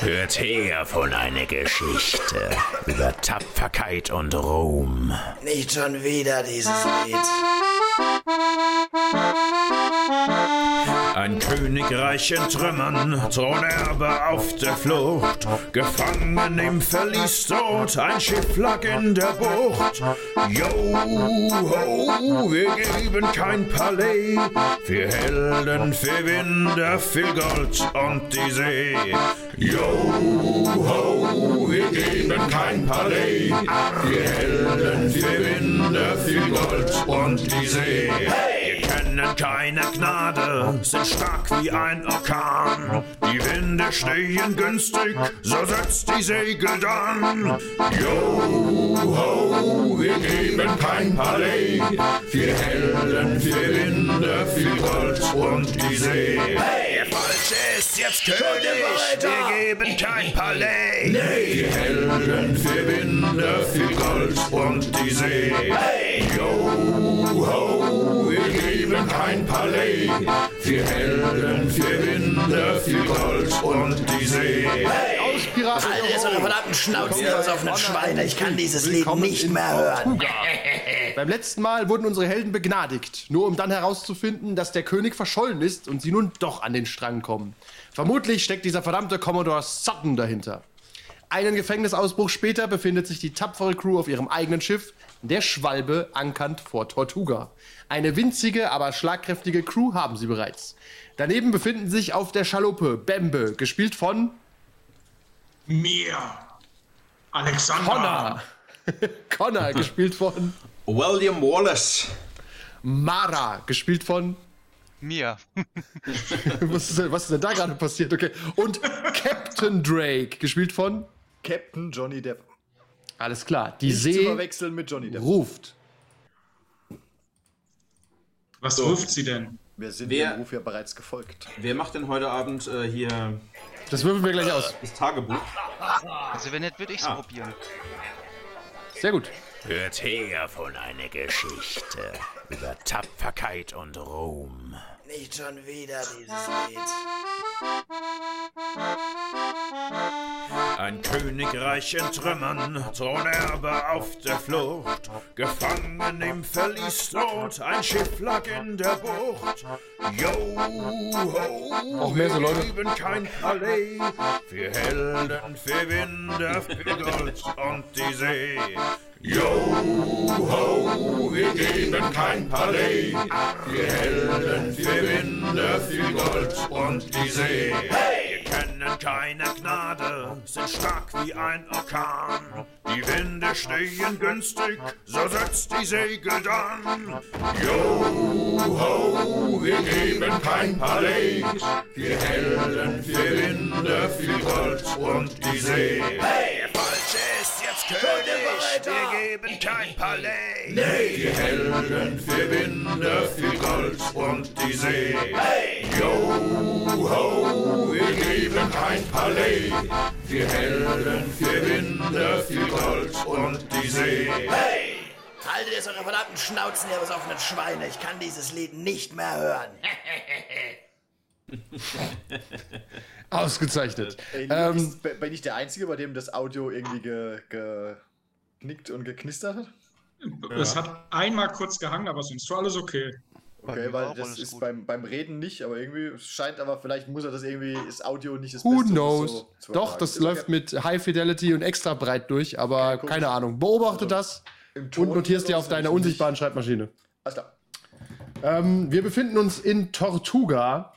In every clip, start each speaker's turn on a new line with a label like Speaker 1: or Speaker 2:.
Speaker 1: Hört her von einer Geschichte über Tapferkeit und Ruhm.
Speaker 2: Nicht schon wieder dieses Lied.
Speaker 1: Ein Königreich in Trümmern, Thronerbe auf der Flucht, gefangen im Verlies dort, ein Schiff lag in der Bucht. Yo, ho, wir geben kein Palais, für Helden, für Winde, viel Gold und die See. Yo, ho, wir geben kein Palais, für Helden, für Winde, viel Gold und die See. Wir kennen keine Gnade, sind stark wie ein Orkan. Die Winde stehen günstig, so setzt die Segel dann. Yo, ho, wir geben kein Palais. Wir Helden, wir Winde, viel Gold und die See. Der Falsche ist jetzt König, wir geben kein Palais. Nee. Wir Helden, wir Winde, viel Gold und die See. Yo, ho, wir geben kein Palais. Wir Helden, wir Winde, viel Gold und die See.
Speaker 3: Piraten
Speaker 2: Alter, jetzt eure verdammten Schnauzen, ihr besoffenen Schweine. Ich kann dieses Lied
Speaker 3: Willkommen
Speaker 2: nicht
Speaker 3: in
Speaker 2: mehr hören.
Speaker 3: Beim letzten Mal wurden unsere Helden begnadigt, nur um dann herauszufinden, dass der König verschollen ist und sie nun doch an den Strang kommen. Vermutlich steckt dieser verdammte Commodore Sutton dahinter. Einen Gefängnisausbruch später befindet sich die tapfere Crew auf ihrem eigenen Schiff, der Schwalbe, ankernd vor Tortuga. Eine winzige, aber schlagkräftige Crew haben sie bereits. Daneben befinden sich auf der Schaluppe Bembe, gespielt von
Speaker 4: Mir. Alexander.
Speaker 3: Connor. Connor, gespielt von
Speaker 5: William Wallace.
Speaker 3: Mara, gespielt von
Speaker 6: Mir.
Speaker 3: Was ist denn, was ist denn da gerade passiert? Okay. Und Captain Drake, gespielt von.
Speaker 7: Captain Johnny Depp.
Speaker 3: Alles klar. Die
Speaker 7: Nicht zu
Speaker 3: See
Speaker 7: verwechseln mit Johnny Depp.
Speaker 3: ruft.
Speaker 4: Was
Speaker 5: So.
Speaker 4: ruft sie denn?
Speaker 7: Wir sind
Speaker 5: Wer-
Speaker 7: dem Ruf ja bereits gefolgt.
Speaker 5: Wer macht denn heute Abend äh, hier
Speaker 3: Das würfeln wir gleich
Speaker 7: Äh,
Speaker 3: aus.
Speaker 5: das Tagebuch?
Speaker 6: Also wenn nicht, würde
Speaker 7: Ah.
Speaker 6: ich's probieren.
Speaker 3: Sehr gut.
Speaker 1: Hört her von einer Geschichte über Tapferkeit und Ruhm.
Speaker 2: Nicht schon wieder dieses Lied.
Speaker 1: Ein Königreich in Trümmern, Thronerbe auf der Flucht, gefangen im Verlies dort, ein Schiff lag in der Bucht. Yo, ho,
Speaker 3: Auch mehr so
Speaker 1: wir
Speaker 3: Leute.
Speaker 1: geben kein Palais, für Helden, für Winde, für Gold und die See. Yo, ho, wir geben kein Palais, für Helden, für Winde, für Gold und die See. Wir kennen keine Gnade, sind stark wie ein Orkan. Die Winde stehen günstig, so setzt die Segel dann. Yo, ho, wir geben kein Palais. Wir Helden, wir Winde, viel Gold und die See. Der Falsche ist jetzt König, wir geben kein Palais. Nee, wir Helden, wir Winde, viel Gold und die See. Yo, ho, wir geben kein Palais. Wir Helden, wir Winde, viel Gold und die See.
Speaker 2: Haltet jetzt eure verdammten Schnauzen, ihr besoffenen Schweine. Ich kann dieses Lied nicht mehr hören.
Speaker 3: Ausgezeichnet.
Speaker 7: Ey,
Speaker 3: Ähm,
Speaker 7: Äh, ist, bin ich der Einzige, bei dem das Audio irgendwie ge, ge, knickt und geknistert hat?
Speaker 4: Es hat einmal kurz gehangen, aber sonst war alles okay.
Speaker 7: Okay,
Speaker 6: mir war
Speaker 7: weil
Speaker 6: auch
Speaker 7: das
Speaker 6: alles
Speaker 7: ist
Speaker 6: gut.
Speaker 7: beim, beim Reden nicht, aber irgendwie es scheint aber, vielleicht muss er das irgendwie, das Audio nicht das
Speaker 3: who
Speaker 7: Beste, um
Speaker 3: knows?
Speaker 7: so zu
Speaker 3: Doch,
Speaker 7: ertragen.
Speaker 3: das
Speaker 7: Ist
Speaker 3: läuft
Speaker 7: okay.
Speaker 3: mit High Fidelity und extra breit durch, aber
Speaker 7: guck. Also,
Speaker 3: keine Ahnung. Beobachte das
Speaker 7: Im Ton
Speaker 3: und notierst dir
Speaker 7: oder
Speaker 3: auf
Speaker 7: so
Speaker 3: deiner
Speaker 7: ist es
Speaker 3: unsichtbaren Schreibmaschine.
Speaker 7: nicht. Alles klar.
Speaker 3: Ähm, wir befinden uns in Tortuga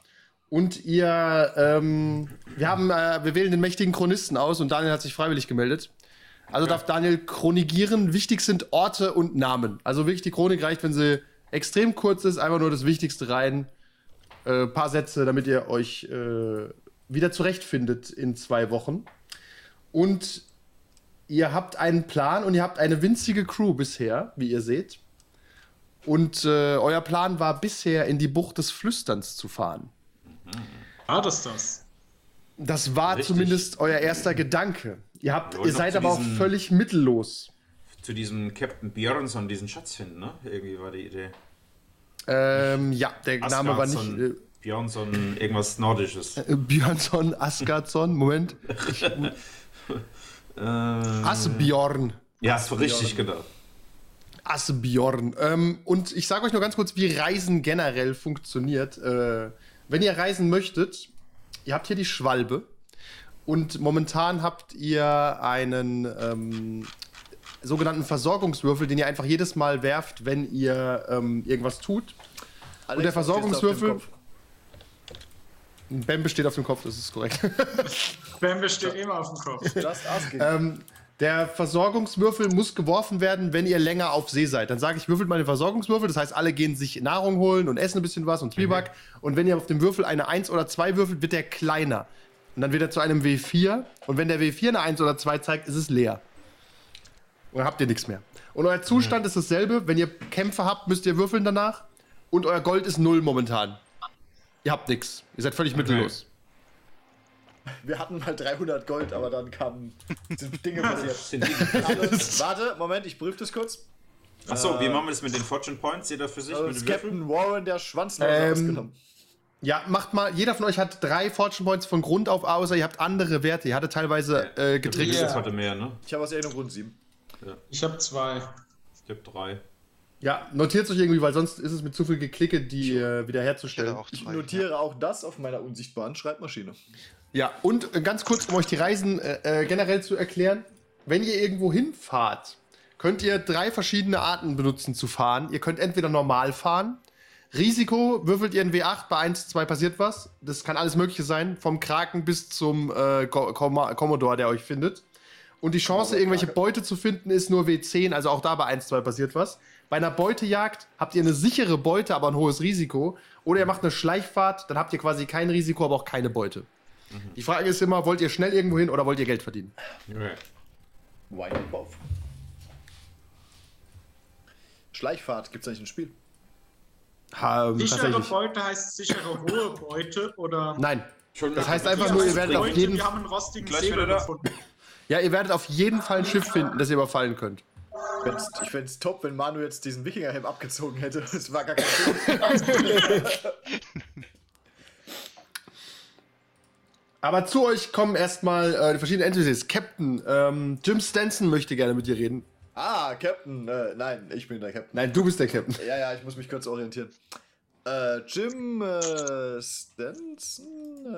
Speaker 3: und ihr, ähm, wir haben, äh, wir wählen den mächtigen Chronisten aus und Daniel hat sich freiwillig gemeldet. Also darf Daniel chronigieren. Wichtig sind Orte und Namen. Also wirklich die Chronik reicht, wenn sie extrem kurz ist, einfach nur das Wichtigste rein. Äh, paar Sätze, damit ihr euch äh, wieder zurechtfindet in zwei Wochen. Und ihr habt einen Plan und ihr habt eine winzige Crew bisher, wie ihr seht. Und äh, euer Plan war bisher, in die Bucht des Flüsterns zu fahren.
Speaker 4: War das das?
Speaker 3: Das war
Speaker 5: Richtig.
Speaker 3: zumindest euer erster Gedanke. Ihr, habt,
Speaker 5: Wir
Speaker 3: ihr
Speaker 5: wollten
Speaker 3: seid
Speaker 5: noch zu
Speaker 3: aber auch
Speaker 5: diesem-
Speaker 3: völlig mittellos.
Speaker 5: Zu diesem Captain Björnsson diesen Schatz finden, ne? Irgendwie war die Idee.
Speaker 3: Ähm, ja, der Name war nicht.
Speaker 5: Asgardson.
Speaker 3: Äh,
Speaker 5: Björnsson, irgendwas Nordisches. Äh,
Speaker 3: Äh, Björnsson, Asgardsson, Moment. äh, Asbjorn.
Speaker 5: ja, ist richtig, genau.
Speaker 3: Asbjorn. Ähm, und ich sage euch nur ganz kurz, wie Reisen generell funktioniert. Äh, wenn ihr reisen möchtet, ihr habt hier die Schwalbe und momentan habt ihr einen ähm, sogenannten Versorgungswürfel, den ihr einfach jedes Mal werft, wenn ihr ähm, irgendwas tut.
Speaker 7: Alex,
Speaker 3: der
Speaker 7: was steht da auf dem
Speaker 3: Versorgungswürfel?
Speaker 7: Kopf?
Speaker 3: Ein Bembe steht auf dem Kopf, das ist korrekt.
Speaker 4: Bambi steht immer auf dem Kopf.
Speaker 7: Just asking.
Speaker 3: Ähm. Der Versorgungswürfel muss geworfen werden, wenn ihr länger auf See seid. Dann sage ich, würfelt mal den Versorgungswürfel. Das heißt, alle gehen sich Nahrung holen und essen ein bisschen was und Zwieback. Und wenn ihr auf dem Würfel eine 1 oder 2 würfelt, wird der kleiner. Und dann wird er zu einem W4. Und wenn der W4 eine 1 oder 2 zeigt, ist es leer. Und dann habt ihr nichts mehr. Und euer Zustand ist dasselbe. Wenn ihr Kämpfe habt, müsst ihr würfeln danach. Und euer Gold ist null momentan. Ihr habt nichts. Ihr seid völlig mittellos.
Speaker 7: Wir hatten mal 300 Gold, aber dann kamen sind Dinge passiert.
Speaker 5: Sind die-
Speaker 7: Alles- Warte, Moment, ich prüfe das kurz.
Speaker 5: Achso, wie machen wir das mit den Fortune Points? Jeder für sich
Speaker 7: Also,
Speaker 5: mit den Würfeln?
Speaker 7: Captain Warren, der Schwanzlose
Speaker 3: Ähm,
Speaker 7: ausgenommen.
Speaker 3: Ja, macht mal, jeder von euch hat drei Fortune Points von Grund auf, außer ihr habt andere Werte. Ihr hattet teilweise äh, getrickst.
Speaker 5: Felix hatte mehr, ne?
Speaker 7: Ich habe aus irgendeinem Grund sieben.
Speaker 4: Ich habe zwei.
Speaker 5: Ich glaube drei.
Speaker 3: Ja, notiert euch irgendwie, weil sonst ist es mit zu viel Geklicke, die äh,
Speaker 6: Ich
Speaker 3: wiederherzustellen.
Speaker 6: hatte auch
Speaker 7: Ich
Speaker 6: zwei.
Speaker 7: notiere auch das auf meiner unsichtbaren Schreibmaschine.
Speaker 3: Ja, und äh, ganz kurz, um euch die Reisen äh, äh, generell zu erklären. Wenn ihr irgendwo hinfahrt, könnt ihr drei verschiedene Arten benutzen zu fahren. Ihr könnt entweder normal fahren, Risiko, würfelt ihr ein W8, bei 1, 2 passiert was. Das kann alles Mögliche sein, vom Kraken bis zum äh, Co- Komma- Commodore, der euch findet. Und die Chance, irgendwelche Beute zu finden, ist nur W10, also auch da bei 1, 2 passiert was. Bei einer Beutejagd habt ihr eine sichere Beute, aber ein hohes Risiko. Oder ihr macht eine Schleichfahrt, dann habt ihr quasi kein Risiko, aber auch keine Beute. Die Frage ist immer, wollt ihr schnell irgendwo hin oder wollt ihr Geld verdienen?
Speaker 5: Okay.
Speaker 7: Wine and Wolf. Schleichfahrt, gibt's da nicht ein Spiel?
Speaker 3: Ähm,
Speaker 4: Sichere
Speaker 3: tatsächlich.
Speaker 4: Beute heißt sichere hohe Beute oder.
Speaker 3: Nein.
Speaker 5: Schon
Speaker 3: Das heißt
Speaker 5: mal-
Speaker 3: einfach nur, ihr werdet auf
Speaker 4: Beute,
Speaker 3: jeden,
Speaker 4: Wir haben einen rostigen
Speaker 5: Gleich
Speaker 4: Säbel
Speaker 5: wieder da.
Speaker 4: gefunden.
Speaker 3: ja, ihr werdet auf jeden Fall ein Schiff finden, das ihr überfallen könnt.
Speaker 7: Wenn's, ich fände es top, wenn Manu jetzt diesen Wikingerhelm abgezogen hätte. Das war gar kein Sinn.
Speaker 3: Aber zu euch kommen erstmal äh, die verschiedenen Entities. Captain, ähm, Jim Stanson möchte gerne mit dir reden.
Speaker 7: Ah, Captain. Äh, nein, ich bin der Captain.
Speaker 3: Nein, du bist der Captain.
Speaker 7: Ja, ja, ich muss mich kurz orientieren. Äh, Jim äh, Stenson? Äh,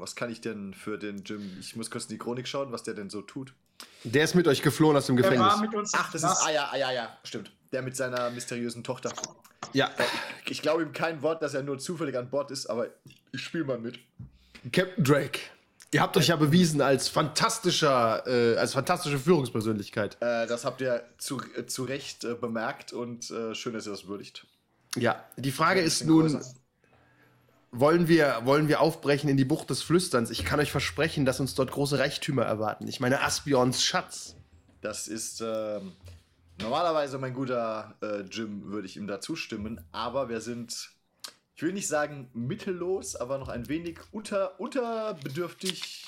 Speaker 7: was kann ich denn für den Jim? Ich muss kurz in die Chronik schauen, was der denn so tut.
Speaker 3: Der ist mit euch geflohen aus dem
Speaker 4: Der war
Speaker 3: Gefängnis.
Speaker 4: mit uns.
Speaker 7: Ach, das ist. Ah, ja, ah, ja, ja, stimmt. Der mit seiner mysteriösen Tochter.
Speaker 3: Ja, äh,
Speaker 7: Ich glaube ihm kein Wort, dass er nur zufällig an Bord ist, aber ich spiele mal mit.
Speaker 3: Captain Drake. Ihr habt euch ja bewiesen als fantastischer, äh, als fantastische Führungspersönlichkeit.
Speaker 7: Äh, das habt ihr zu, äh, zu Recht äh, bemerkt und äh, schön, dass ihr das würdigt.
Speaker 3: Ja, die Frage ist
Speaker 7: bisschen
Speaker 3: nun,
Speaker 7: größer.
Speaker 3: wollen wir, wollen wir aufbrechen in die Bucht des Flüsterns? Ich kann euch versprechen, dass uns dort große Reichtümer erwarten. Ich meine, Asbions Schatz.
Speaker 7: Das ist ähm, normalerweise mein guter äh, Jim, würde ich ihm da zustimmen, aber wir sind, ich will nicht sagen mittellos, aber noch ein wenig unter, unterbedürftig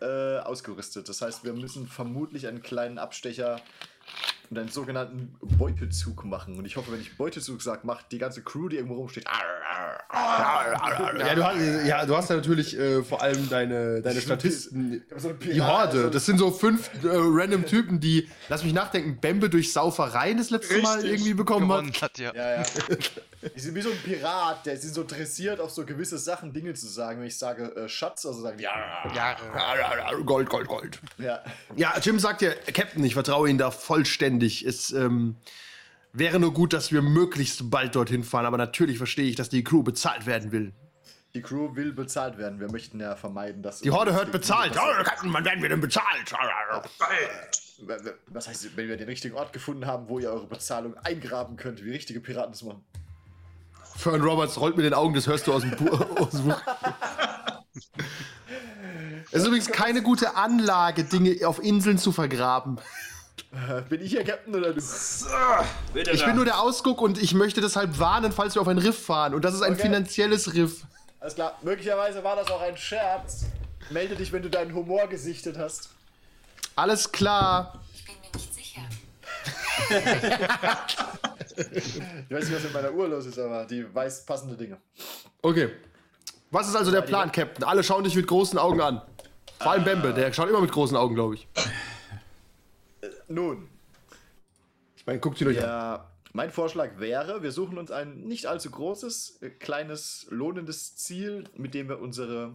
Speaker 7: äh, ausgerüstet. Das heißt, wir müssen vermutlich einen kleinen Abstecher und einen sogenannten Beutezug machen. Und ich hoffe, wenn ich Beutezug sage, macht die ganze Crew, die irgendwo rumsteht, arr, arr, arr, arr, arr.
Speaker 3: Ja, du hast ja, du hast ja natürlich äh, vor allem deine, deine Statisten.
Speaker 7: so einen
Speaker 3: Die
Speaker 7: also-
Speaker 3: Horde. Das sind so fünf äh, random Typen, die, lass mich nachdenken, Bembe durch Saufereien das letzte Mal
Speaker 4: Richtig,
Speaker 3: irgendwie bekommen
Speaker 6: gewonnen
Speaker 3: hat.
Speaker 6: hat, ja.
Speaker 7: Ja, ja. Die sind wie so ein Pirat, der sind so dressiert, auf so gewisse Sachen Dinge zu sagen. Wenn ich sage äh, Schatz, also sagen die. Ja.
Speaker 6: Jahre.
Speaker 3: Gold, Gold, Gold.
Speaker 7: ja.
Speaker 3: Ja, Jim sagt ja, Captain, ich vertraue Ihnen da vollständig. Es ähm, wäre nur gut, dass wir möglichst bald dorthin fahren, aber natürlich verstehe ich, dass die Crew bezahlt werden will.
Speaker 7: Die Crew will bezahlt werden. Wir möchten ja vermeiden, dass.
Speaker 3: Die Horde hört bezahlt. Ja, Captain, wann werden wir denn bezahlt?
Speaker 7: Was heißt, wenn wir den richtigen Ort gefunden haben, wo ihr eure Bezahlung eingraben könnt, wie richtige Piraten das machen?
Speaker 3: Fern Roberts rollt mit den Augen, das hörst du aus dem, Bu aus dem Buch. Es ist übrigens keine gute Anlage, Dinge auf Inseln zu vergraben.
Speaker 7: Äh, Bin ich hier Captain oder du?
Speaker 3: Ich bin nur der Ausguck und ich möchte deshalb warnen, falls wir auf ein Riff fahren. Und das ist ein
Speaker 7: Okay.
Speaker 3: finanzielles Riff.
Speaker 7: Alles klar, möglicherweise war das auch ein Scherz. Melde dich, wenn du deinen Humor gesichtet hast.
Speaker 3: Alles klar.
Speaker 8: Ich bin mir nicht sicher.
Speaker 7: Ich weiß nicht, was mit meiner Uhr los ist, aber die weiß passende Dinge.
Speaker 3: Okay. Was ist also der Plan, Captain? Alle schauen dich mit großen Augen an. Vor allem Bembe, der schaut immer mit großen Augen, glaube ich.
Speaker 7: Nun,
Speaker 3: Ich meine, guckt ihn euch an.
Speaker 7: Ja, Äh, mein Vorschlag wäre, wir suchen uns ein nicht allzu großes, äh, kleines, lohnendes Ziel, mit dem wir unsere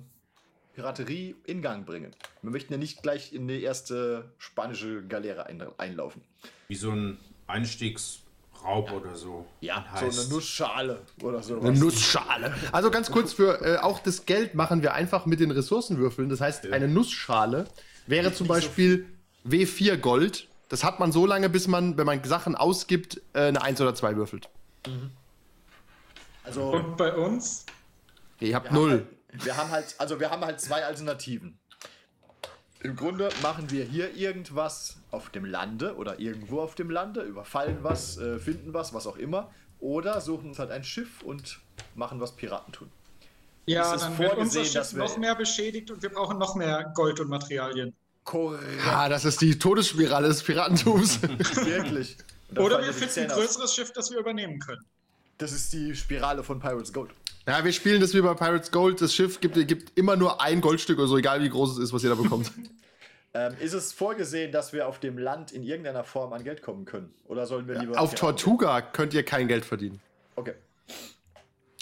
Speaker 7: Piraterie in Gang bringen. Wir möchten ja nicht gleich in die erste spanische Galeere ein, einlaufen.
Speaker 5: Wie so ein Einstiegsraub oder so.
Speaker 7: so eine Nussschale oder so.
Speaker 3: Eine Nussschale. Also ganz kurz für äh, auch das Geld machen wir einfach mit den Ressourcenwürfeln. Das heißt, eine Nussschale wäre zum Beispiel W4 Gold. Das hat man so lange, bis man, wenn man Sachen ausgibt, äh, eine 1 oder 2 würfelt.
Speaker 7: Also,
Speaker 4: Und bei uns?
Speaker 3: Ihr habt 0.
Speaker 7: wir haben halt, also wir haben halt zwei Alternativen. Im Grunde machen wir hier irgendwas auf dem Lande oder irgendwo auf dem Lande, überfallen was, äh, finden was, was auch immer. Oder suchen uns halt ein Schiff und machen, was Piraten tun.
Speaker 4: Ja,
Speaker 7: Es ist
Speaker 4: dann wird unser
Speaker 7: vorgesehen,
Speaker 4: Schiff
Speaker 7: dass wir-
Speaker 4: noch mehr beschädigt und wir brauchen noch mehr Gold und Materialien.
Speaker 7: Korrekt,
Speaker 3: Ah, das ist die Todesspirale des Piratentums.
Speaker 7: wirklich. Und dann
Speaker 4: Oder
Speaker 7: fallen
Speaker 4: wir
Speaker 7: die
Speaker 4: finden ein
Speaker 7: Zähne aus.
Speaker 4: größeres Schiff, das wir übernehmen können.
Speaker 7: Das ist die Spirale von Pirates Gold.
Speaker 3: ja, wir spielen das wie bei Pirates Gold. Das Schiff gibt, gibt immer nur ein Goldstück oder so, egal wie groß es ist, was ihr da bekommt.
Speaker 7: Ähm, ist es vorgesehen, dass wir auf dem Land in irgendeiner Form an Geld kommen können? Oder sollen wir lieber.
Speaker 3: Auf
Speaker 7: Piraten-
Speaker 3: Tortuga könnt ihr kein Geld verdienen.
Speaker 7: Okay.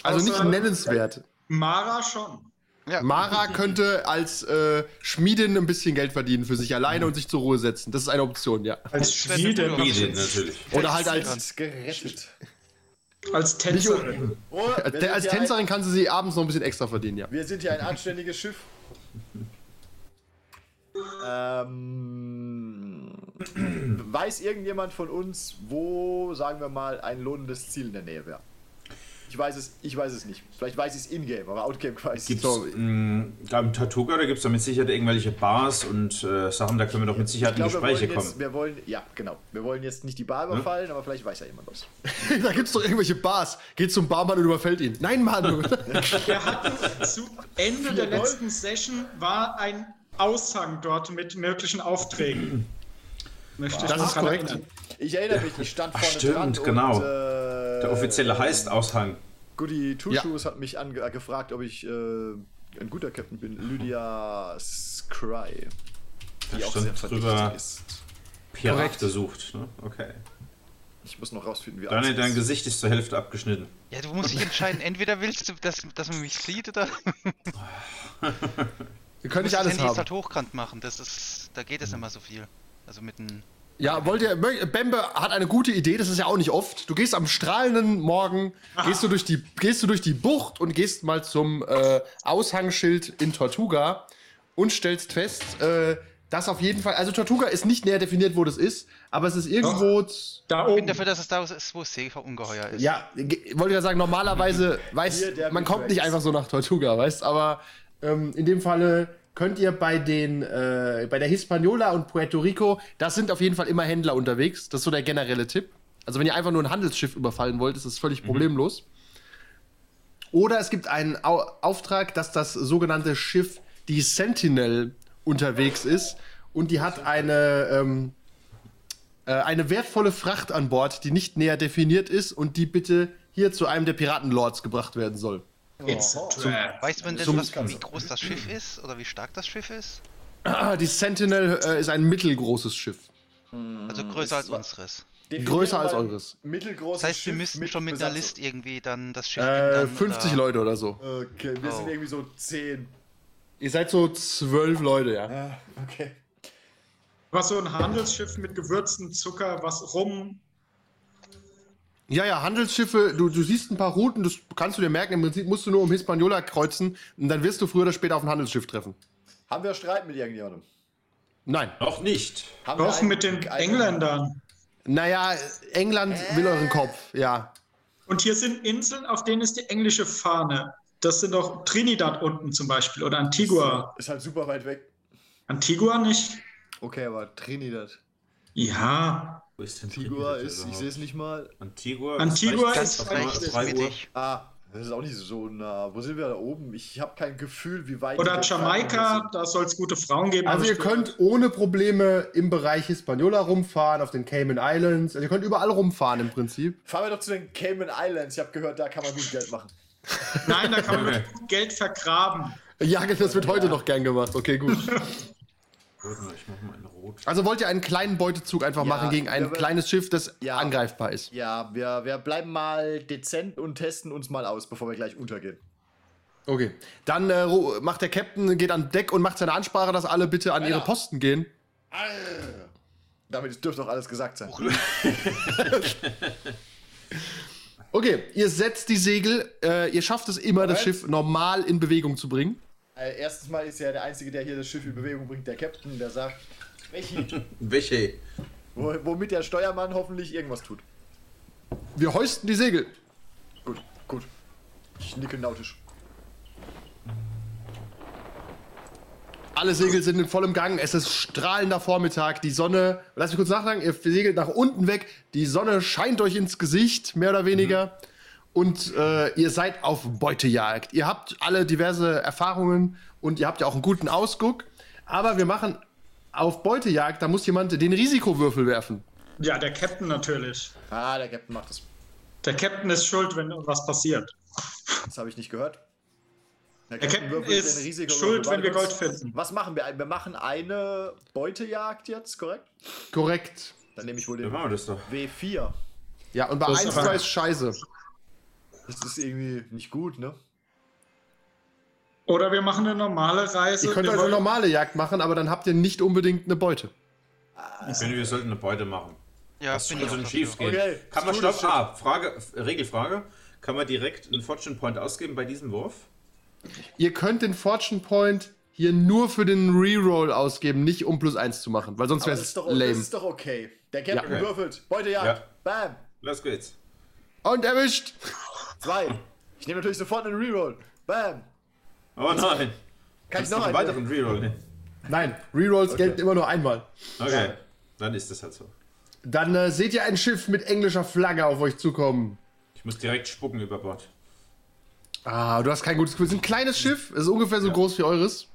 Speaker 3: Also
Speaker 4: Außer-
Speaker 3: nicht nennenswert.
Speaker 4: Mara schon.
Speaker 3: Mara könnte als äh, Schmiedin ein bisschen Geld verdienen für sich alleine und sich zur Ruhe setzen. Das ist eine Option, ja.
Speaker 4: Als
Speaker 6: Schwede.
Speaker 4: Schwede,
Speaker 5: Medien natürlich.
Speaker 3: Oder halt
Speaker 7: Das
Speaker 3: als,
Speaker 7: ist gerettet.
Speaker 4: als Tänzerin.
Speaker 7: Oh, wir sind
Speaker 3: der, als
Speaker 7: hier
Speaker 3: Tänzerin kann sie sie abends noch ein bisschen extra verdienen, ja.
Speaker 7: Ein, wir sind hier ein anständiges Schiff. ähm, weiß irgendjemand von uns, wo, sagen wir mal, ein lohnendes Ziel in der Nähe wäre? Ich weiß es, ich weiß es nicht. Vielleicht weiß ich es in-game, aber outgame weiß ich es
Speaker 5: Gibt's,
Speaker 7: nicht.
Speaker 5: mh, da im Tortuga, da gibt es doch mit Sicherheit irgendwelche Bars und äh, Sachen, da können wir doch mit Sicherheit
Speaker 7: Ich glaube,
Speaker 5: in Gespräche
Speaker 7: wir wollen jetzt,
Speaker 5: kommen.
Speaker 7: wir wollen, ja, genau. Wir wollen jetzt nicht die Bar
Speaker 5: Hm?
Speaker 7: überfallen, aber vielleicht weiß ja jemand was.
Speaker 3: da gibt's doch irgendwelche Bars. Geht zum Barmann und überfällt ihn. Nein, Manu.
Speaker 4: Wir hatten zu Ende der letzten Session war ein Aushang dort mit möglichen Aufträgen. Möchte ich
Speaker 3: Das
Speaker 4: noch
Speaker 3: ist
Speaker 4: dran
Speaker 3: korrekt.
Speaker 4: erinnern.
Speaker 7: Ich erinnere mich, ich stand vorne
Speaker 5: stimmt,
Speaker 7: dran
Speaker 5: genau.
Speaker 7: und äh,
Speaker 5: Der offizielle heißt Aushang.
Speaker 7: Goody Two Shoes hat mich ange äh, gefragt, ob ich äh, ein guter Captain bin. Lydia Scry,
Speaker 5: Da
Speaker 7: die auch sehr
Speaker 5: stand
Speaker 7: verdächtig
Speaker 5: drüber
Speaker 7: ist.
Speaker 5: Pirat gesucht. Ne? Okay.
Speaker 7: Ich muss noch rausfinden, wie
Speaker 5: Daniel,
Speaker 7: alles
Speaker 5: dein
Speaker 7: ist.
Speaker 5: Gesicht ist zur Hälfte abgeschnitten.
Speaker 6: Ja, du musst dich entscheiden. Entweder willst du, dass, dass man mich sieht oder.
Speaker 3: Ihr könnt nicht
Speaker 6: das
Speaker 3: alles
Speaker 6: Handy ist
Speaker 3: haben. Hm.
Speaker 6: halt hochkant machen. Das ist, da geht es immer so viel. Also mit einem.
Speaker 3: Ja, wollt ihr. mö- Bembe hat eine gute Idee, das ist ja auch nicht oft. Du gehst am strahlenden Morgen, gehst du durch die, gehst du durch die Bucht und gehst mal zum äh, Aushangschild in Tortuga und stellst fest, äh, dass auf jeden Fall. Also Tortuga ist nicht näher definiert, wo das ist, aber es ist irgendwo. z-
Speaker 4: Da
Speaker 6: Ich bin
Speaker 4: oben.
Speaker 6: dafür, dass es da ist, wo es Seeungeheuer ist.
Speaker 3: Ja, ge- wollte ich ja sagen, normalerweise
Speaker 7: Hier,
Speaker 3: weiß
Speaker 7: der
Speaker 3: man
Speaker 7: mit
Speaker 3: kommt nicht
Speaker 7: Rex.
Speaker 3: einfach so nach Tortuga, weißt aber ähm, in dem Falle könnt ihr bei den äh, bei der Hispaniola und Puerto Rico, das sind auf jeden Fall immer Händler unterwegs, das ist so der generelle Tipp. Also wenn ihr einfach nur ein Handelsschiff überfallen wollt, ist das völlig
Speaker 7: Mhm.
Speaker 3: problemlos. Oder es gibt einen Au Auftrag, dass das sogenannte Schiff die Sentinel unterwegs ist und die hat eine ähm, äh, eine wertvolle Fracht an Bord, die nicht näher definiert ist und die bitte hier zu einem der Piratenlords gebracht werden soll.
Speaker 4: It's a trap.
Speaker 6: Weiß man denn,
Speaker 3: Zum-
Speaker 6: was, wie groß das Schiff ist oder wie stark das Schiff ist?
Speaker 3: Ah, die Sentinel äh, ist ein mittelgroßes Schiff.
Speaker 6: Also
Speaker 3: Hm,
Speaker 6: größer als unseres.
Speaker 7: Definier
Speaker 3: größer als
Speaker 7: mal ein
Speaker 3: eures.
Speaker 7: Mittelgroßes
Speaker 6: Das heißt, wir
Speaker 7: Schiff
Speaker 6: müssten schon mit einer
Speaker 7: Besatzung.
Speaker 6: List irgendwie dann das Schiff.
Speaker 3: Äh,
Speaker 6: ändern
Speaker 3: 50
Speaker 6: oder-
Speaker 3: Leute oder so.
Speaker 7: Okay, wir sind
Speaker 6: Oh.
Speaker 7: irgendwie so 10.
Speaker 3: Ihr seid so zwölf Leute, ja.
Speaker 7: Ah, okay.
Speaker 4: Was so ein Handelsschiff mit Gewürzen, Zucker, was rum.
Speaker 3: Ja, ja, Handelsschiffe, du, du siehst ein paar Routen, das kannst du dir merken. Im Prinzip musst du nur um Hispaniola kreuzen und dann wirst du früher oder später auf ein Handelsschiff treffen.
Speaker 7: Haben wir Streit mit irgendjemandem?
Speaker 3: Nein.
Speaker 5: Noch nicht.
Speaker 7: Haben wir
Speaker 4: Auch
Speaker 7: einen-
Speaker 4: mit den
Speaker 7: einen-
Speaker 4: Engländern.
Speaker 3: Naja, England will euren Kopf, ja.
Speaker 4: Und hier sind Inseln, auf denen ist die englische Fahne. Das sind doch Trinidad unten zum Beispiel oder Antigua.
Speaker 7: Ist halt super weit weg.
Speaker 4: Antigua nicht?
Speaker 7: Okay, aber Trinidad.
Speaker 4: Ja.
Speaker 5: Wo ist denn
Speaker 7: Tigua
Speaker 5: Trinidad
Speaker 7: ist, ich
Speaker 5: überhaupt?
Speaker 7: sehe es nicht mal.
Speaker 5: Antigua,
Speaker 4: Antigua
Speaker 5: rechts,
Speaker 4: ist
Speaker 5: auf einmal
Speaker 4: rechts,
Speaker 5: auf
Speaker 4: ist
Speaker 5: drei Uhr.
Speaker 6: mittig.
Speaker 7: Ah, das ist auch nicht so nah. Wo sind wir da oben? Ich habe kein Gefühl, wie weit.
Speaker 4: Oder
Speaker 7: wir entfernt
Speaker 4: Jamaika,
Speaker 7: sind.
Speaker 4: da soll es gute Frauen geben.
Speaker 3: Also
Speaker 4: hab
Speaker 3: ihr
Speaker 4: ich gehört.
Speaker 3: könnt ohne Probleme im Bereich Hispaniola rumfahren, auf den Cayman Islands. Also ihr könnt überall rumfahren im Prinzip.
Speaker 7: Fahren wir doch zu den Cayman Islands. Ich habe gehört, da kann man gut Geld machen.
Speaker 4: Nein, da kann man wirklich gut Geld vergraben.
Speaker 3: Ja, das wird heute noch gern gemacht. Okay, gut.
Speaker 5: Warte mal, ich mach mal in Rot.
Speaker 3: Also wollt ihr einen kleinen Beutezug einfach
Speaker 7: Ja,
Speaker 3: machen gegen ein
Speaker 7: aber-
Speaker 3: kleines Schiff, das
Speaker 7: Ja.
Speaker 3: angreifbar ist?
Speaker 7: Ja, wir, wir bleiben mal dezent und testen uns mal aus, bevor wir gleich untergehen.
Speaker 3: Okay. Dann äh, ru- macht der Captain, geht an Deck und macht seine Ansprache, dass alle bitte an ihre Posten gehen.
Speaker 7: Damit dürfte auch alles gesagt sein.
Speaker 3: Okay, ihr setzt die Segel, äh, ihr schafft es immer, das
Speaker 7: Alright.
Speaker 3: Schiff normal in Bewegung zu bringen.
Speaker 7: Äh, erstens mal ist ja der Einzige, der hier das Schiff in Bewegung bringt, der Captain, der sagt, welchen,
Speaker 5: Welche?
Speaker 7: wo- womit der Steuermann hoffentlich irgendwas tut.
Speaker 3: Wir hoisten die Segel.
Speaker 7: Gut, gut. Ich nicke nautisch.
Speaker 3: Alle Segel sind in vollem Gang. Es ist strahlender Vormittag. Die Sonne, lass mich kurz nachdenken, ihr segelt nach unten weg. Die Sonne scheint euch ins Gesicht, mehr oder weniger. Und äh, ihr seid auf Beutejagd. Ihr habt alle diverse Erfahrungen und ihr habt ja auch einen guten Ausguck. Aber wir machen auf Beutejagd, da muss jemand den Risikowürfel werfen.
Speaker 4: Ja, der Captain natürlich.
Speaker 7: Ah, der Captain macht das.
Speaker 4: Der Captain ist schuld, wenn irgendwas passiert.
Speaker 7: Das habe ich nicht gehört.
Speaker 4: Der Captain
Speaker 7: würfelt den
Speaker 4: ist
Speaker 7: Risiko-
Speaker 4: schuld,
Speaker 7: Warte
Speaker 4: wenn wir
Speaker 7: kurz.
Speaker 4: Gold finden.
Speaker 7: Was machen wir? Wir machen eine Beutejagd jetzt, korrekt?
Speaker 3: Korrekt.
Speaker 7: Dann nehme ich wohl
Speaker 5: Dann
Speaker 7: den
Speaker 5: machen wir das doch.
Speaker 7: W4.
Speaker 3: Ja, und bei
Speaker 4: Das ist
Speaker 3: 1,
Speaker 4: aber-
Speaker 3: 2 ist scheiße.
Speaker 7: Das ist irgendwie nicht gut, ne?
Speaker 4: Oder wir machen eine normale Reise.
Speaker 3: Ihr könnt
Speaker 4: Wir
Speaker 3: also
Speaker 4: wollen-
Speaker 3: normale Jagd machen, aber dann habt ihr nicht unbedingt eine Beute.
Speaker 5: Ich finde, wir sollten eine Beute machen.
Speaker 6: Ja,
Speaker 5: Das
Speaker 6: bin
Speaker 5: kann
Speaker 6: ich
Speaker 5: so
Speaker 6: auch
Speaker 5: ein
Speaker 6: dafür.
Speaker 5: Schief gehen.
Speaker 7: Okay,
Speaker 5: Kann man
Speaker 7: ist gut,
Speaker 5: stopp, ah, Frage, F- Regelfrage. Kann man direkt einen Fortune Point ausgeben bei diesem Wurf?
Speaker 3: Ihr könnt den Fortune Point hier nur für den Reroll ausgeben, nicht um plus 1 zu machen, weil sonst
Speaker 7: Aber
Speaker 3: wäre
Speaker 7: das
Speaker 3: es
Speaker 7: ist, doch, das
Speaker 3: lame.
Speaker 7: ist doch okay. Der Captain
Speaker 5: Ja.
Speaker 7: würfelt. Beutejagd.
Speaker 5: Ja.
Speaker 7: Bam.
Speaker 5: Los geht's.
Speaker 3: Und erwischt!
Speaker 7: Zwei. Ich nehme natürlich sofort einen Reroll. Bam.
Speaker 5: Oh nein.
Speaker 7: Kann ich
Speaker 5: Ist
Speaker 7: noch
Speaker 5: noch einen
Speaker 7: einen?
Speaker 5: weiteren Reroll, ne?
Speaker 3: Nein, Rerolls gelten immer nur einmal.
Speaker 5: Okay. Dann ist das halt so.
Speaker 3: Dann äh, seht ihr ein Schiff mit englischer Flagge auf euch zukommen.
Speaker 5: Ich muss direkt spucken über Bord.
Speaker 3: Ah, du hast kein gutes Gefühl. Es ist ein kleines Schiff, es ist ungefähr so groß wie eures.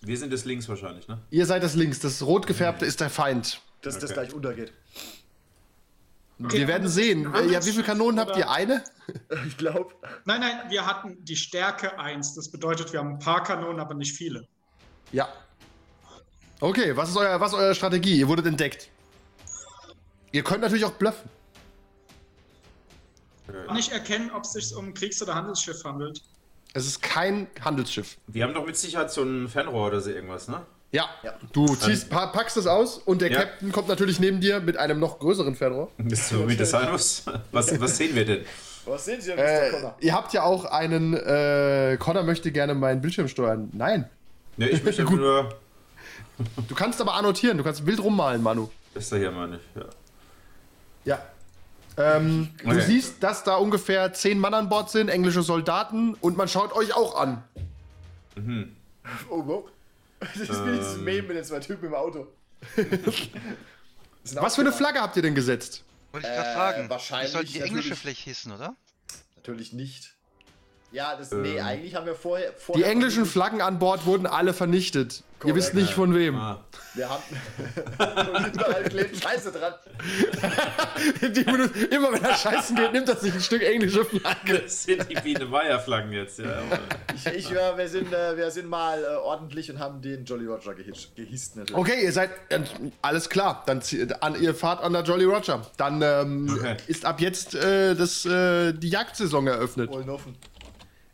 Speaker 5: Wir sind das links wahrscheinlich, ne?
Speaker 3: Ihr seid das links, das rot gefärbte ist der Feind.
Speaker 7: Dass das
Speaker 5: Okay.
Speaker 7: gleich untergeht.
Speaker 3: Wir werden sehen. Äh, Ja, wie viele Kanonen habt ihr? Eine?
Speaker 7: Ich glaube.
Speaker 4: Nein, nein, wir hatten die Stärke 1. Das bedeutet, wir haben ein paar Kanonen, aber nicht viele.
Speaker 3: Ja. Okay, was ist, euer, was ist eure Strategie? Ihr wurdet entdeckt. Ihr könnt natürlich auch bluffen.
Speaker 4: Kann nicht erkennen, ob es sich um ein Kriegs- oder Handelsschiff handelt.
Speaker 3: Es ist kein Handelsschiff.
Speaker 5: Wir haben doch mit Sicherheit so ein Fernrohr oder so irgendwas, ne?
Speaker 3: Ja, du ziehst, pa packst es aus und der
Speaker 5: Ja. Mhm.
Speaker 3: Captain kommt natürlich neben dir mit einem noch größeren Fernrohr.
Speaker 5: Bist du mit das sein muss? Was, was sehen wir denn?
Speaker 7: Was sehen Sie denn, Mr.
Speaker 3: Äh,
Speaker 7: Connor?
Speaker 3: ihr habt ja auch einen, äh, Connor möchte gerne meinen Bildschirm steuern. Nein,
Speaker 5: Ne, ich möchte einfach nur.
Speaker 3: du kannst aber annotieren, du kannst ein Bild rummalen, Manu.
Speaker 5: Das ist doch hier, meine ich. Ja.
Speaker 3: Ja. Ähm, Du
Speaker 5: Okay.
Speaker 3: siehst, dass da ungefähr zehn Mann an Bord sind, englische Soldaten und man schaut euch auch an.
Speaker 7: Oh, wow. Das ist wie dieses Meme mit den zwei Typen im Auto.
Speaker 3: Was für eine Flagge habt ihr denn gesetzt?
Speaker 6: Wollte ich gerade fragen.
Speaker 7: wahrscheinlich
Speaker 6: Wir sollten die englische
Speaker 7: natürlich-
Speaker 6: Fläche hissen, oder?
Speaker 7: Natürlich nicht. Ja, das. Nee, eigentlich haben wir vorher.
Speaker 3: Die
Speaker 7: vorher
Speaker 3: englischen Flaggen an Bord wurden alle vernichtet. Ihr
Speaker 7: Korrekt.
Speaker 3: wisst nicht von wem.
Speaker 5: Ah,
Speaker 7: Wir haben. Und überall klebt Scheiße dran.
Speaker 3: Die benutzt- Immer wenn er scheißen geht, nimmt er sich ein Stück englische Flagge.
Speaker 5: das sind die Biene Meyer-Flaggen jetzt, ja. aber-
Speaker 7: Ich, ich, ja, wir, sind, äh, wir sind mal äh, ordentlich und haben den Jolly Roger gehisst, gehisst natürlich.
Speaker 3: Okay, ihr seid äh, alles klar. Dann zie- an, ihr fahrt an der Jolly Roger. Dann ähm,
Speaker 5: Okay.
Speaker 3: ist ab jetzt äh, das, äh, die Jagdsaison eröffnet.
Speaker 7: Wollen offen.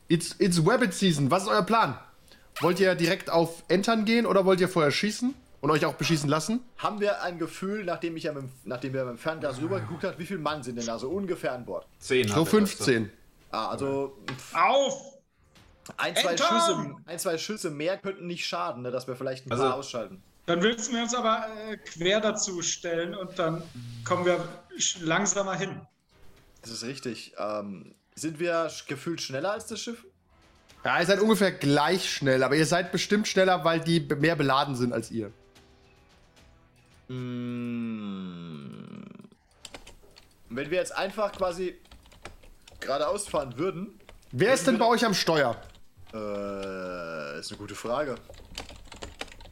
Speaker 3: It's, it's Rabbit Season. Was ist euer Plan? Wollt ihr direkt auf Entern gehen oder wollt ihr vorher schießen und euch auch beschießen lassen?
Speaker 7: Haben wir ein Gefühl, nachdem, ich ja mit, dem- nachdem wir mit dem Fernglas rübergeguckt haben, wie viele Mann sind denn da so ungefähr an Bord?
Speaker 5: Zehn.
Speaker 3: So
Speaker 5: hat er das,
Speaker 3: 15.
Speaker 7: Ah, also
Speaker 4: Auf!
Speaker 7: ein zwei,
Speaker 4: Enter!
Speaker 7: Schüsse, ein, zwei Schüsse mehr könnten nicht schaden, ne, dass wir vielleicht ein
Speaker 5: Also-
Speaker 7: paar ausschalten.
Speaker 4: Dann willst du mir uns aber äh, quer dazu stellen und dann kommen wir sch- langsamer hin.
Speaker 7: Das ist richtig. Ähm, sind wir sch- gefühlt schneller als das Schiff?
Speaker 3: Ja, ihr seid ungefähr gleich schnell, aber ihr seid bestimmt schneller, weil die be- mehr beladen sind als ihr.
Speaker 7: Wenn wir jetzt einfach quasi geradeaus fahren würden,
Speaker 3: Wer ist denn bei euch am Steuer?
Speaker 7: äh, ist eine gute Frage.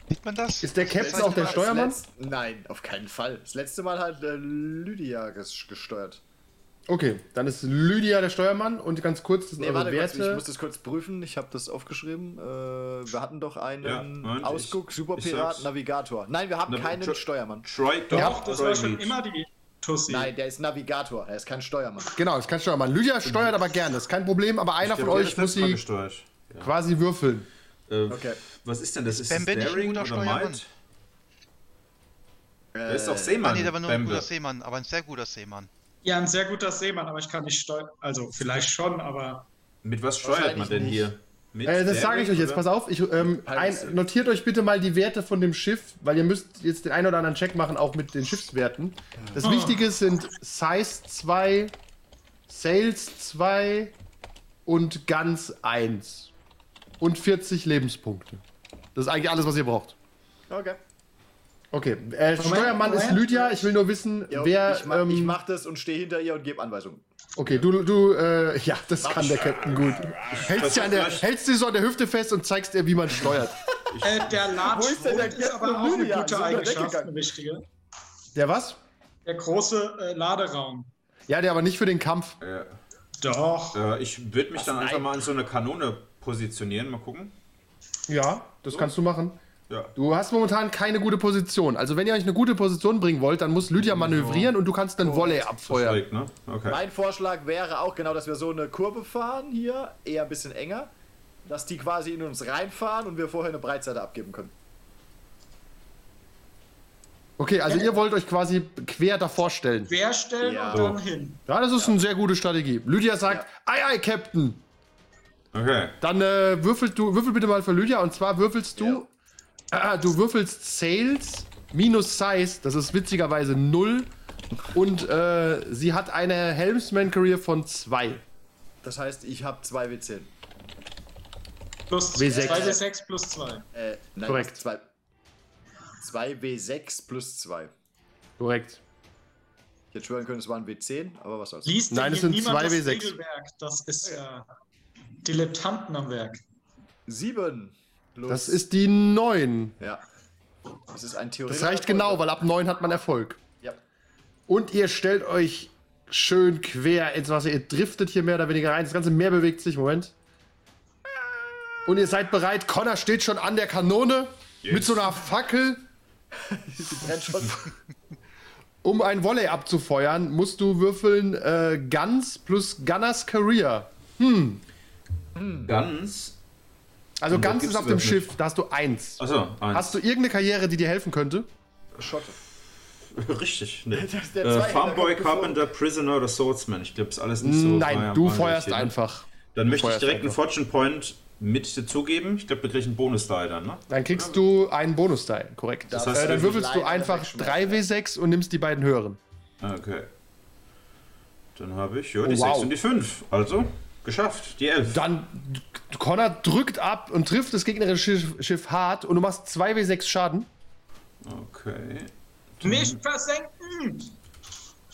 Speaker 6: Sieht man das?
Speaker 3: Ist der Captain
Speaker 7: Letzte
Speaker 3: auch der
Speaker 7: Mal-
Speaker 3: Steuermann?
Speaker 7: das Letz- Nein, auf keinen Fall. Das letzte Mal hat äh, Lydia ges- gesteuert.
Speaker 3: Okay, dann ist Lydia der Steuermann und ganz kurz, das sind
Speaker 7: Nee,
Speaker 3: eure
Speaker 7: Äh, warte kurz,
Speaker 3: Also Werte.
Speaker 7: ich muss das kurz prüfen. Ich habe das aufgeschrieben. Äh, wir hatten doch
Speaker 5: Ja,
Speaker 7: einen
Speaker 5: Moment, ich-
Speaker 7: Ausguck,
Speaker 5: ich sag's.
Speaker 7: Superpirat, Navigator. Nein, wir haben
Speaker 5: Na,
Speaker 7: keinen
Speaker 5: Tr-
Speaker 7: Steuermann.
Speaker 5: Troy, doch,
Speaker 4: Doch, das
Speaker 5: Troy
Speaker 4: war schon
Speaker 5: Mead.
Speaker 4: immer die Tussi.
Speaker 7: Nein, der ist Navigator, er ist kein Steuermann.
Speaker 3: Genau, ist kein Steuermann. Lydia steuert aber gerne, ist kein Problem, aber einer
Speaker 5: Ich
Speaker 3: von
Speaker 5: glaub,
Speaker 3: euch
Speaker 5: der
Speaker 3: muss
Speaker 5: ist mal
Speaker 3: sie
Speaker 5: gesteuert. Ja.
Speaker 3: quasi würfeln.
Speaker 5: Äh,
Speaker 7: Okay.
Speaker 5: Was ist denn das? Ist das
Speaker 6: Bembe nicht ein
Speaker 5: Daring
Speaker 6: guter
Speaker 5: oder
Speaker 6: Steuermann?
Speaker 5: Might? Er ist
Speaker 6: Äh,
Speaker 5: doch Seemann.
Speaker 6: nee, der war nur ein
Speaker 5: Bembe.
Speaker 6: guter Seemann, aber ein sehr guter Seemann.
Speaker 4: Ja, ein sehr guter Seemann, aber ich kann nicht steuern. Also vielleicht schon, aber
Speaker 5: Mit was steuert man
Speaker 7: Wahrscheinlich
Speaker 5: denn
Speaker 7: nicht.
Speaker 5: hier? Mit
Speaker 3: Äh, das sage ich euch jetzt, pass auf. Ich, ähm, ein,
Speaker 7: Halbes Sinn.
Speaker 3: notiert euch bitte mal die Werte von dem Schiff, weil ihr müsst jetzt den einen oder anderen Check machen, auch mit den Schiffswerten. Das Wichtige sind Size 2, Sales 2 und Guns 1. Und 40 Lebenspunkte. Das ist eigentlich alles, was ihr braucht.
Speaker 7: Okay.
Speaker 3: Okay, äh, Steuermann ist
Speaker 4: Moment.
Speaker 3: Lydia. Ich will nur wissen,
Speaker 7: Jo,
Speaker 3: wer.
Speaker 7: ich, mach, ich
Speaker 3: ähm,
Speaker 7: mach das und stehe hinter ihr und gebe Anweisungen.
Speaker 3: Okay, du, du, äh, ja, das kann der Captain gut. Hältst, dich an der, hältst dich so an der Hüfte fest und zeigst ihr, wie man steuert.
Speaker 4: äh, der Large
Speaker 7: ist denn der
Speaker 4: Wood ist aber
Speaker 7: Captain
Speaker 4: auch eine
Speaker 7: Lydia?
Speaker 4: gute
Speaker 7: Sind wir
Speaker 4: Eigenschaft,
Speaker 7: weggegangen?
Speaker 4: eine wichtige.
Speaker 3: Der was?
Speaker 4: Der große äh, Laderaum.
Speaker 3: Ja, der aber nicht für den Kampf.
Speaker 4: Doch.
Speaker 5: Äh, ich würde mich dann einfach mal an so eine Kanone positionieren. Mal gucken.
Speaker 3: Ja, das kannst du machen.
Speaker 5: Ja.
Speaker 3: Du hast momentan keine gute Position. Also, wenn ihr euch eine gute Position bringen wollt, dann muss Lydia manövrieren und du kannst dann Volley abfeuern.
Speaker 5: Direkt, ne? Okay.
Speaker 7: Mein Vorschlag wäre auch genau, dass wir so eine Kurve fahren hier, eher ein bisschen enger, dass die quasi in uns reinfahren und wir vorher eine Breitseite abgeben können.
Speaker 3: Okay, also ihr wollt euch quasi quer davor stellen.
Speaker 4: Quer stellen
Speaker 7: Ja.
Speaker 4: und dann hin.
Speaker 3: Ja, das ist eine sehr gute Strategie. Lydia sagt, ei, ei, Captain.
Speaker 5: Okay.
Speaker 3: Dann äh, würfelt du, würfel bitte mal für Lydia und zwar würfelst du, Ah, du würfelst Sales minus Size, das ist witzigerweise 0 und äh, sie hat eine Helmsman Career von 2.
Speaker 7: Das heißt, ich habe 2 W10.
Speaker 4: Plus
Speaker 3: W6.
Speaker 4: 2 W6 plus 2.
Speaker 7: Äh, nein,
Speaker 3: Korrekt.
Speaker 7: 2 W6 plus 2.
Speaker 3: Korrekt.
Speaker 7: Ich hätte schwören können, es waren W10, aber was soll's.
Speaker 4: Liest denn
Speaker 3: Nein, es
Speaker 4: hier
Speaker 3: sind
Speaker 4: niemand
Speaker 3: 2
Speaker 4: das
Speaker 3: W6.
Speaker 4: Regelwerk? Das ist ja Dilettanten am Werk.
Speaker 7: 7 plus.
Speaker 3: Das ist die 9.
Speaker 7: Ja. Das ist ein
Speaker 3: Das
Speaker 7: theoretischer
Speaker 3: reicht
Speaker 7: Erfolg.
Speaker 3: genau, weil ab 9 hat man Erfolg.
Speaker 7: Ja.
Speaker 3: Und ihr stellt euch schön quer ins Wasser. Ihr driftet hier mehr oder weniger rein. Das ganze Meer bewegt sich. Moment. Und ihr seid bereit. Connor steht schon an der Kanone mit so einer Fackel.
Speaker 7: Brennt schon.
Speaker 3: Um ein Volley abzufeuern, musst du würfeln äh, Guns plus Gunners Career.
Speaker 5: Ganz.
Speaker 3: Also
Speaker 5: Und das
Speaker 3: Guns ist
Speaker 5: gibt's
Speaker 3: auf dem
Speaker 5: überhaupt nicht.
Speaker 3: Schiff, da hast du eins.
Speaker 5: Achso, eins.
Speaker 3: Hast du irgendeine Karriere, die dir helfen könnte?
Speaker 7: Schotte.
Speaker 5: Richtig. Nee.
Speaker 7: der
Speaker 5: äh,
Speaker 7: Zweihänder
Speaker 5: Farmboy,
Speaker 7: kommt geflogen.
Speaker 5: Carpenter, Prisoner oder Swordsman. Ich glaube, ist alles nicht so.
Speaker 3: Nein,
Speaker 5: mein-
Speaker 3: du
Speaker 5: mein
Speaker 3: feuerst
Speaker 5: Thema.
Speaker 3: einfach.
Speaker 5: Dann möchte ich
Speaker 3: feuerst
Speaker 5: direkt einen
Speaker 3: einfach.
Speaker 5: Fortune Point mit dazugeben. Ich glaube, wir kriegen einen Bonus da dann, ne?
Speaker 3: Dann kriegst du einen Bonus-Teil, korrekt.
Speaker 7: Das
Speaker 5: heißt,
Speaker 3: äh, dann
Speaker 5: wir
Speaker 3: würfelst du
Speaker 7: leider
Speaker 3: einfach
Speaker 7: wegschmeißen,
Speaker 3: 3W6 und nimmst die beiden höheren.
Speaker 5: Ah, Okay. Dann habe ich, ja, die
Speaker 3: Oh,
Speaker 5: 6
Speaker 3: wow.
Speaker 5: und die 5. Also, geschafft. Die 11.
Speaker 3: Dann Connor drückt ab und trifft das gegnerische Schiff, Schiff hart und du machst 2W6 Schaden.
Speaker 5: Okay.
Speaker 4: Nicht versenken!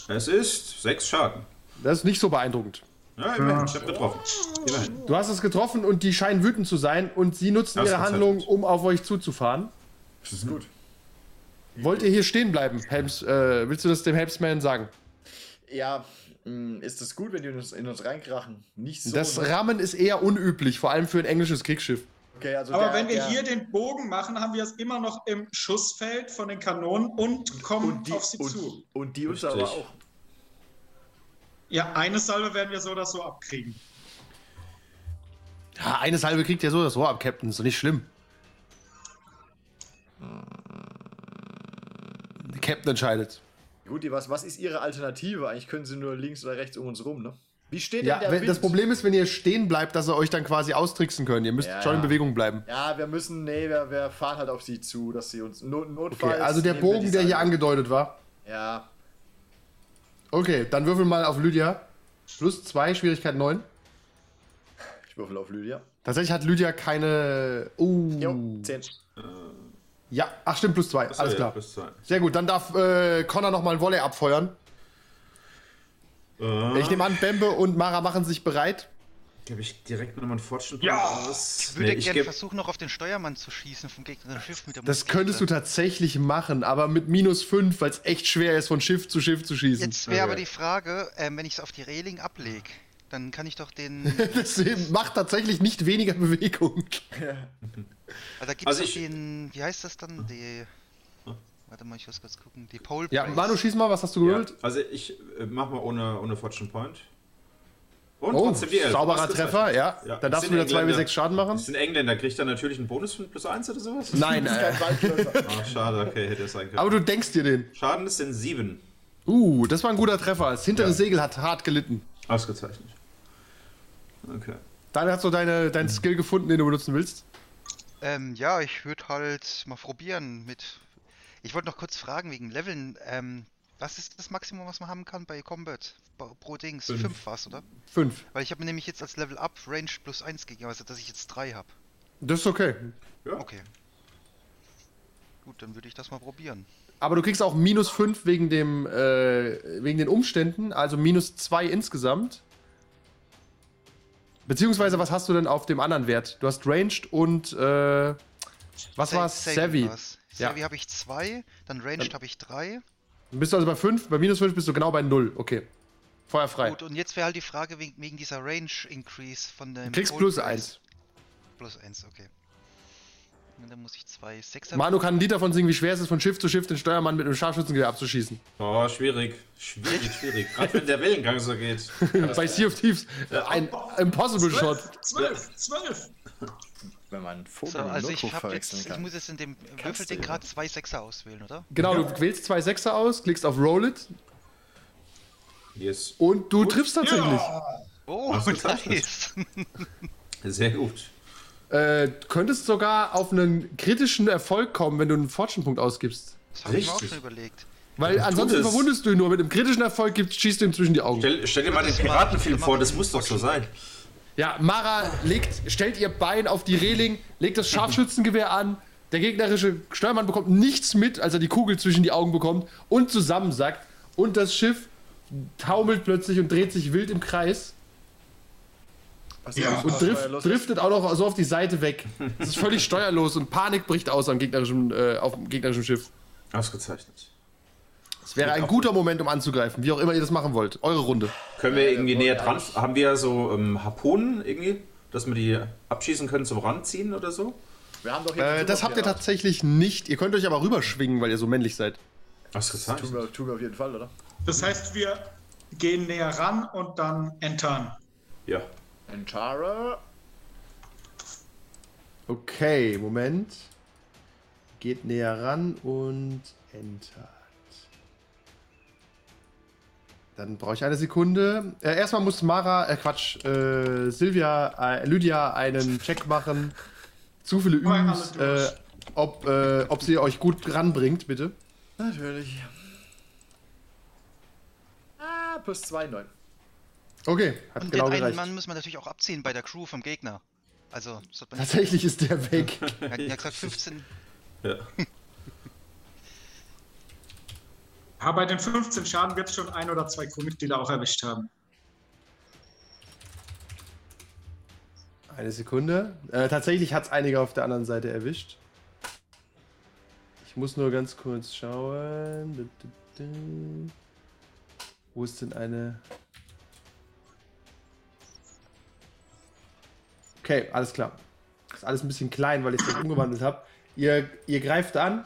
Speaker 5: Es ist 6 Schaden.
Speaker 3: Das ist nicht so beeindruckend.
Speaker 5: Ja, immerhin, ich habe getroffen. Immerhin.
Speaker 3: Du hast es getroffen und die scheinen wütend zu sein und sie nutzen
Speaker 5: Das
Speaker 3: ihre
Speaker 5: ist
Speaker 3: Handlung,
Speaker 5: halt-
Speaker 3: um auf euch zuzufahren.
Speaker 7: Das ist gut.
Speaker 3: Wollt ihr hier stehen bleiben? Helms, äh, willst du das dem Helmsman sagen?
Speaker 7: Ja, mh, ist es gut, wenn die in uns, in uns reinkrachen? Nicht so. ne?
Speaker 3: Das Rammen ist eher unüblich, vor allem für ein englisches Kriegsschiff.
Speaker 7: okay, also
Speaker 4: Aber
Speaker 7: der-
Speaker 4: wenn wir
Speaker 7: der-
Speaker 4: hier den Bogen machen, haben wir es immer noch im Schussfeld von den Kanonen und kommen
Speaker 7: und die,
Speaker 4: auf sie
Speaker 7: und,
Speaker 4: zu.
Speaker 7: Und die uns aber
Speaker 5: Richtig.
Speaker 7: auch.
Speaker 4: Ja, eine Salve werden wir so oder so abkriegen.
Speaker 3: Ja, eines halbe kriegt ja so das Rohr ab, Captain. Ist doch nicht schlimm. Der Captain entscheidet.
Speaker 7: Gut, die was, was ist ihre Alternative? Eigentlich können sie nur links oder rechts um uns rum, ne? Wie steht
Speaker 3: Ja,
Speaker 7: denn der
Speaker 3: wenn,
Speaker 7: Wind?
Speaker 3: das Problem ist, wenn ihr stehen bleibt, dass ihr euch dann quasi austricksen könnt. Ihr müsst
Speaker 7: Ja,
Speaker 3: schon in
Speaker 7: ja.
Speaker 3: Bewegung bleiben.
Speaker 7: Ja, wir müssen, nee, wir, wir fahren halt auf sie zu, dass sie uns not,
Speaker 3: Okay,
Speaker 7: notfalls.
Speaker 3: also der
Speaker 7: nehmen wir
Speaker 3: Bogen,
Speaker 7: die
Speaker 3: der hier
Speaker 7: Seite.
Speaker 3: angedeutet war.
Speaker 7: Ja,
Speaker 3: Okay, dann würfel mal auf Lydia. Plus 2, Schwierigkeit 9.
Speaker 7: ich würfel auf Lydia.
Speaker 3: Tatsächlich hat Lydia keine. Oh.
Speaker 7: Jo, 10.
Speaker 3: Ja, ach stimmt, plus 2. Alles
Speaker 5: ja,
Speaker 3: klar.
Speaker 5: bis zwei.
Speaker 3: Sehr gut, dann darf äh, Connor nochmal ein Volley
Speaker 5: Äh,
Speaker 3: abfeuern. Ich nehme an, Bembe und Mara machen sich bereit.
Speaker 5: Gebe ich direkt nochmal einen Fortune
Speaker 4: Ja.
Speaker 5: aus.
Speaker 6: Ich würde
Speaker 5: Nee, ich
Speaker 6: gerne
Speaker 5: geb,
Speaker 6: versuchen, noch auf den Steuermann zu schießen vom gegnerischen Schiff mit der
Speaker 3: Das
Speaker 6: Muskete.
Speaker 3: könntest du tatsächlich machen, aber mit minus 5, weil es echt schwer ist, von Schiff zu Schiff zu schießen.
Speaker 6: Jetzt wäre aber die Frage, ähm, wenn ich es auf die Reling ablege, dann kann ich doch den.
Speaker 3: Das macht tatsächlich nicht weniger Bewegung.
Speaker 6: Also da gibt es
Speaker 5: Also
Speaker 6: doch
Speaker 5: ich-
Speaker 6: den. Wie heißt das dann? Die. Warte mal, ich muss kurz gucken. Die Pole
Speaker 3: Ja,
Speaker 6: Brace.
Speaker 3: Manu, schieß mal, was hast du
Speaker 5: ja,
Speaker 3: gewürfelt?
Speaker 5: also ich äh, mach mal ohne, ohne Fortune Point. Und
Speaker 3: Oh,
Speaker 5: trotzdem die Elf.
Speaker 3: sauberer
Speaker 5: Ausgezeichnet.
Speaker 3: Treffer, ja.
Speaker 5: Ja,
Speaker 3: Dann darfst
Speaker 5: sind
Speaker 3: du wieder 2 bis
Speaker 5: Engländer.
Speaker 3: 6 Schaden machen.
Speaker 5: Das sind Engländer. Kriegt er natürlich einen Bonus von plus 1 oder sowas?
Speaker 3: Nein,
Speaker 7: Das ist
Speaker 3: äh,
Speaker 7: kein Waldläufer.
Speaker 5: Ah, schade, okay, hätte es sein können.
Speaker 3: aber du denkst dir den.
Speaker 5: Schaden ist in 7.
Speaker 3: Uh, das war ein guter Treffer. Das hintere Segel hat hart gelitten.
Speaker 5: Ausgezeichnet. Okay.
Speaker 3: Daniel, hast du deine, deinen Skill gefunden, den du benutzen willst?
Speaker 6: Ähm, ja, ich würde halt mal probieren mit. Ich wollte noch kurz fragen wegen Leveln. Ähm, was ist das Maximum, was man haben kann bei Combat? Ba- Pro Dings?
Speaker 5: Fünf.
Speaker 6: 5 war's, oder?
Speaker 3: Fünf.
Speaker 6: Weil ich habe mir nämlich jetzt als Level Up Range plus 1 gegeben, also dass ich jetzt 3 habe.
Speaker 3: Das ist okay.
Speaker 6: Okay. Gut, dann würde ich das mal probieren.
Speaker 3: Aber du kriegst auch minus 5 wegen, dem, äh, wegen den Umständen, also minus 2 insgesamt. Beziehungsweise, was hast du denn auf dem anderen Wert? Du hast Ranged und äh, was
Speaker 6: Sa-
Speaker 3: war's?
Speaker 6: Saving
Speaker 3: Savvy.
Speaker 6: war's.
Speaker 3: Ja.
Speaker 6: Savvy habe ich 2, dann Ranged habe ich 3.
Speaker 3: Bist du also bei 5? Bei minus 5 bist du genau bei 0. Okay. Feuer frei.
Speaker 6: Gut, und jetzt wäre halt die Frage wegen, wegen dieser Range Increase von dem.
Speaker 3: Kriegst
Speaker 6: Pole
Speaker 3: plus
Speaker 6: Brace.
Speaker 3: 1.
Speaker 6: Plus 1, okay. Und dann muss ich 2, 6
Speaker 3: Manu kann ein Lied davon singen, wie schwer es ist, von Schiff zu Schiff den Steuermann mit einem Scharfschützengewehr abzuschießen.
Speaker 5: Oh, schwierig. Schwierig, schwierig. Gerade wenn der Wellengang so geht.
Speaker 3: Bei Sea of Thieves. äh, Ein Impossible Shot.
Speaker 4: Zwölf, zwölf.
Speaker 7: Wenn man einen Vogel
Speaker 6: So,
Speaker 7: mit einem
Speaker 6: also ich
Speaker 7: Notebook
Speaker 6: habe jetzt,
Speaker 7: verwechseln
Speaker 6: ich
Speaker 7: kann.
Speaker 6: muss jetzt in dem
Speaker 7: du
Speaker 6: Würfelding
Speaker 7: ja.
Speaker 6: gerade zwei Sechser auswählen, oder?
Speaker 3: Genau, du wählst zwei Sechser aus, klickst auf Roll It
Speaker 5: Yes.
Speaker 3: und du triffst tatsächlich.
Speaker 6: Oh,
Speaker 5: Ausgezeichnet.
Speaker 6: nice.
Speaker 5: Sehr gut.
Speaker 3: Äh, könntest sogar auf einen kritischen Erfolg kommen, wenn du einen Fortune-Punkt ausgibst.
Speaker 6: Das habe ich mir auch
Speaker 5: Richtig.
Speaker 6: schon überlegt.
Speaker 3: Weil ansonsten
Speaker 5: es.
Speaker 3: verwundest du ihn nur. Mit einem kritischen Erfolg gibst, schießt du ihm zwischen die Augen.
Speaker 5: Stell, stell dir mal den
Speaker 6: Das macht-
Speaker 5: Piratenfilm
Speaker 6: das
Speaker 5: vor,
Speaker 6: macht
Speaker 5: das muss doch so sein.
Speaker 3: Ja, Mara legt, stellt ihr Bein auf die Reling, legt das Scharfschützengewehr an. Der gegnerische Steuermann bekommt nichts mit, als er die Kugel zwischen die Augen bekommt und zusammensackt. Und das Schiff taumelt plötzlich und dreht sich wild im Kreis
Speaker 7: Was
Speaker 4: Ja.
Speaker 7: ist
Speaker 3: und
Speaker 7: das?
Speaker 3: drift,
Speaker 7: Los.
Speaker 3: driftet auch noch so auf die Seite weg. Es ist völlig steuerlos und Panik bricht aus am gegnerischen, äh, auf dem gegnerischen Schiff.
Speaker 5: Ausgezeichnet.
Speaker 3: Es wäre ein guter Moment, um anzugreifen, wie auch immer ihr das machen wollt. Eure Runde.
Speaker 5: Können
Speaker 3: Äh,
Speaker 5: wir irgendwie näher dran? Haben wir so ähm, Harpunen irgendwie, dass wir die abschießen können zum Ranziehen oder so?
Speaker 7: Wir haben doch hier
Speaker 3: Äh,
Speaker 7: den
Speaker 3: das habt ihr
Speaker 7: Tuga hier
Speaker 3: tatsächlich nicht. Ihr könnt euch aber rüberschwingen, weil ihr so männlich seid.
Speaker 7: noch.
Speaker 5: Ausgezeichnet.
Speaker 7: Tun wir, tun wir auf jeden Fall, oder?
Speaker 4: Das heißt, wir gehen näher ran und dann entern.
Speaker 5: Ja.
Speaker 7: Enchara.
Speaker 3: Okay, Moment. Geht näher ran und entert. Dann brauche ich eine Sekunde. Äh, erstmal muss Mara, äh Quatsch, äh, Silvia, äh, Lydia einen Check machen. Zu viele
Speaker 4: Mach mal
Speaker 3: Übens, äh,
Speaker 4: alles durch.
Speaker 3: ob, äh, ob sie euch gut ranbringt, bitte.
Speaker 7: Natürlich. Ah, plus 2, 9.
Speaker 3: Okay, hat
Speaker 6: Und
Speaker 3: genau
Speaker 6: den einen
Speaker 3: gereicht.
Speaker 6: Mann muss man natürlich auch abziehen bei der Crew vom Gegner. Also, sollte man nicht.
Speaker 3: Tatsächlich ist der weg.
Speaker 6: Wir hatten ja gesagt 15.
Speaker 5: ja.
Speaker 4: Aber bei den 15 Schaden wird es schon ein oder zwei Crewmitglieder auch erwischt haben.
Speaker 3: Eine Sekunde. Äh, tatsächlich hat es einige auf der anderen Seite erwischt. Ich muss nur ganz kurz schauen. Du, du, du. Wo ist denn eine? Okay, alles klar. Ist alles ein bisschen klein, weil ich es umgewandelt habe. Ihr, ihr greift an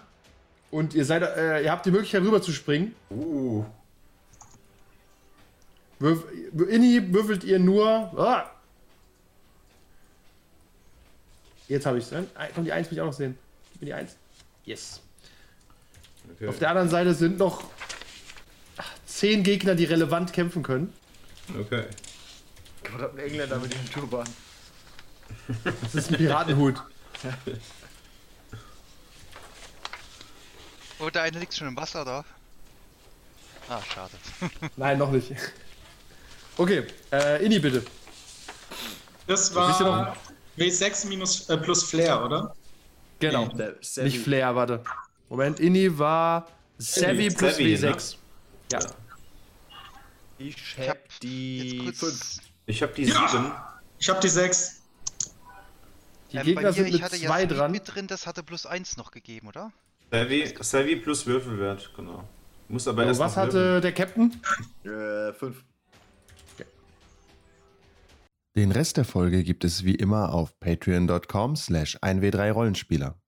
Speaker 3: und ihr seid, äh, ihr habt die Möglichkeit rüber zu springen.
Speaker 5: Uh,
Speaker 3: Würf, Inni würfelt ihr nur. Ah! Jetzt habe ich es. Komm, die 1 will ich auch noch sehen. Gib mir die 1. Yes.
Speaker 5: okay.
Speaker 3: Auf der anderen Seite sind noch 10 Gegner, die relevant kämpfen können.
Speaker 5: okay.
Speaker 7: Verdammten Engländer mit diesem Turban.
Speaker 3: Das ist ein Piratenhut.
Speaker 6: Oh, der eine liegt schon im Wasser da. Ah, schade.
Speaker 3: Nein, noch nicht. Okay, äh, Inni bitte.
Speaker 4: Das
Speaker 3: Wisst ihr
Speaker 4: war
Speaker 3: noch-
Speaker 4: W6 minus, äh, plus Flair, oder?
Speaker 3: Genau.
Speaker 7: Der Sammy.
Speaker 3: Nicht Flair, warte. Moment, Inni war Savvy plus
Speaker 5: Savvy, ne?
Speaker 3: W6. Ja.
Speaker 7: Ich
Speaker 6: Ich hab
Speaker 7: hab die
Speaker 6: jetzt kurz. ähm,
Speaker 7: 5.
Speaker 5: Ich habe die sieben.
Speaker 4: Ich Ich habe die 6.
Speaker 3: Die Gegner sind mit
Speaker 6: hatte
Speaker 3: zwei
Speaker 6: Jasmin
Speaker 3: dran.
Speaker 6: mit drin, das hatte plus eins noch gegeben, oder?
Speaker 5: Savvy, Savvy plus Würfelwert, genau. Muss aber
Speaker 3: So,
Speaker 5: erst
Speaker 3: was
Speaker 5: noch
Speaker 3: hatte der Captain?
Speaker 7: Äh, fünf.
Speaker 8: Den Rest der Folge gibt es wie immer auf patreon.com slash 1w3rollenspieler.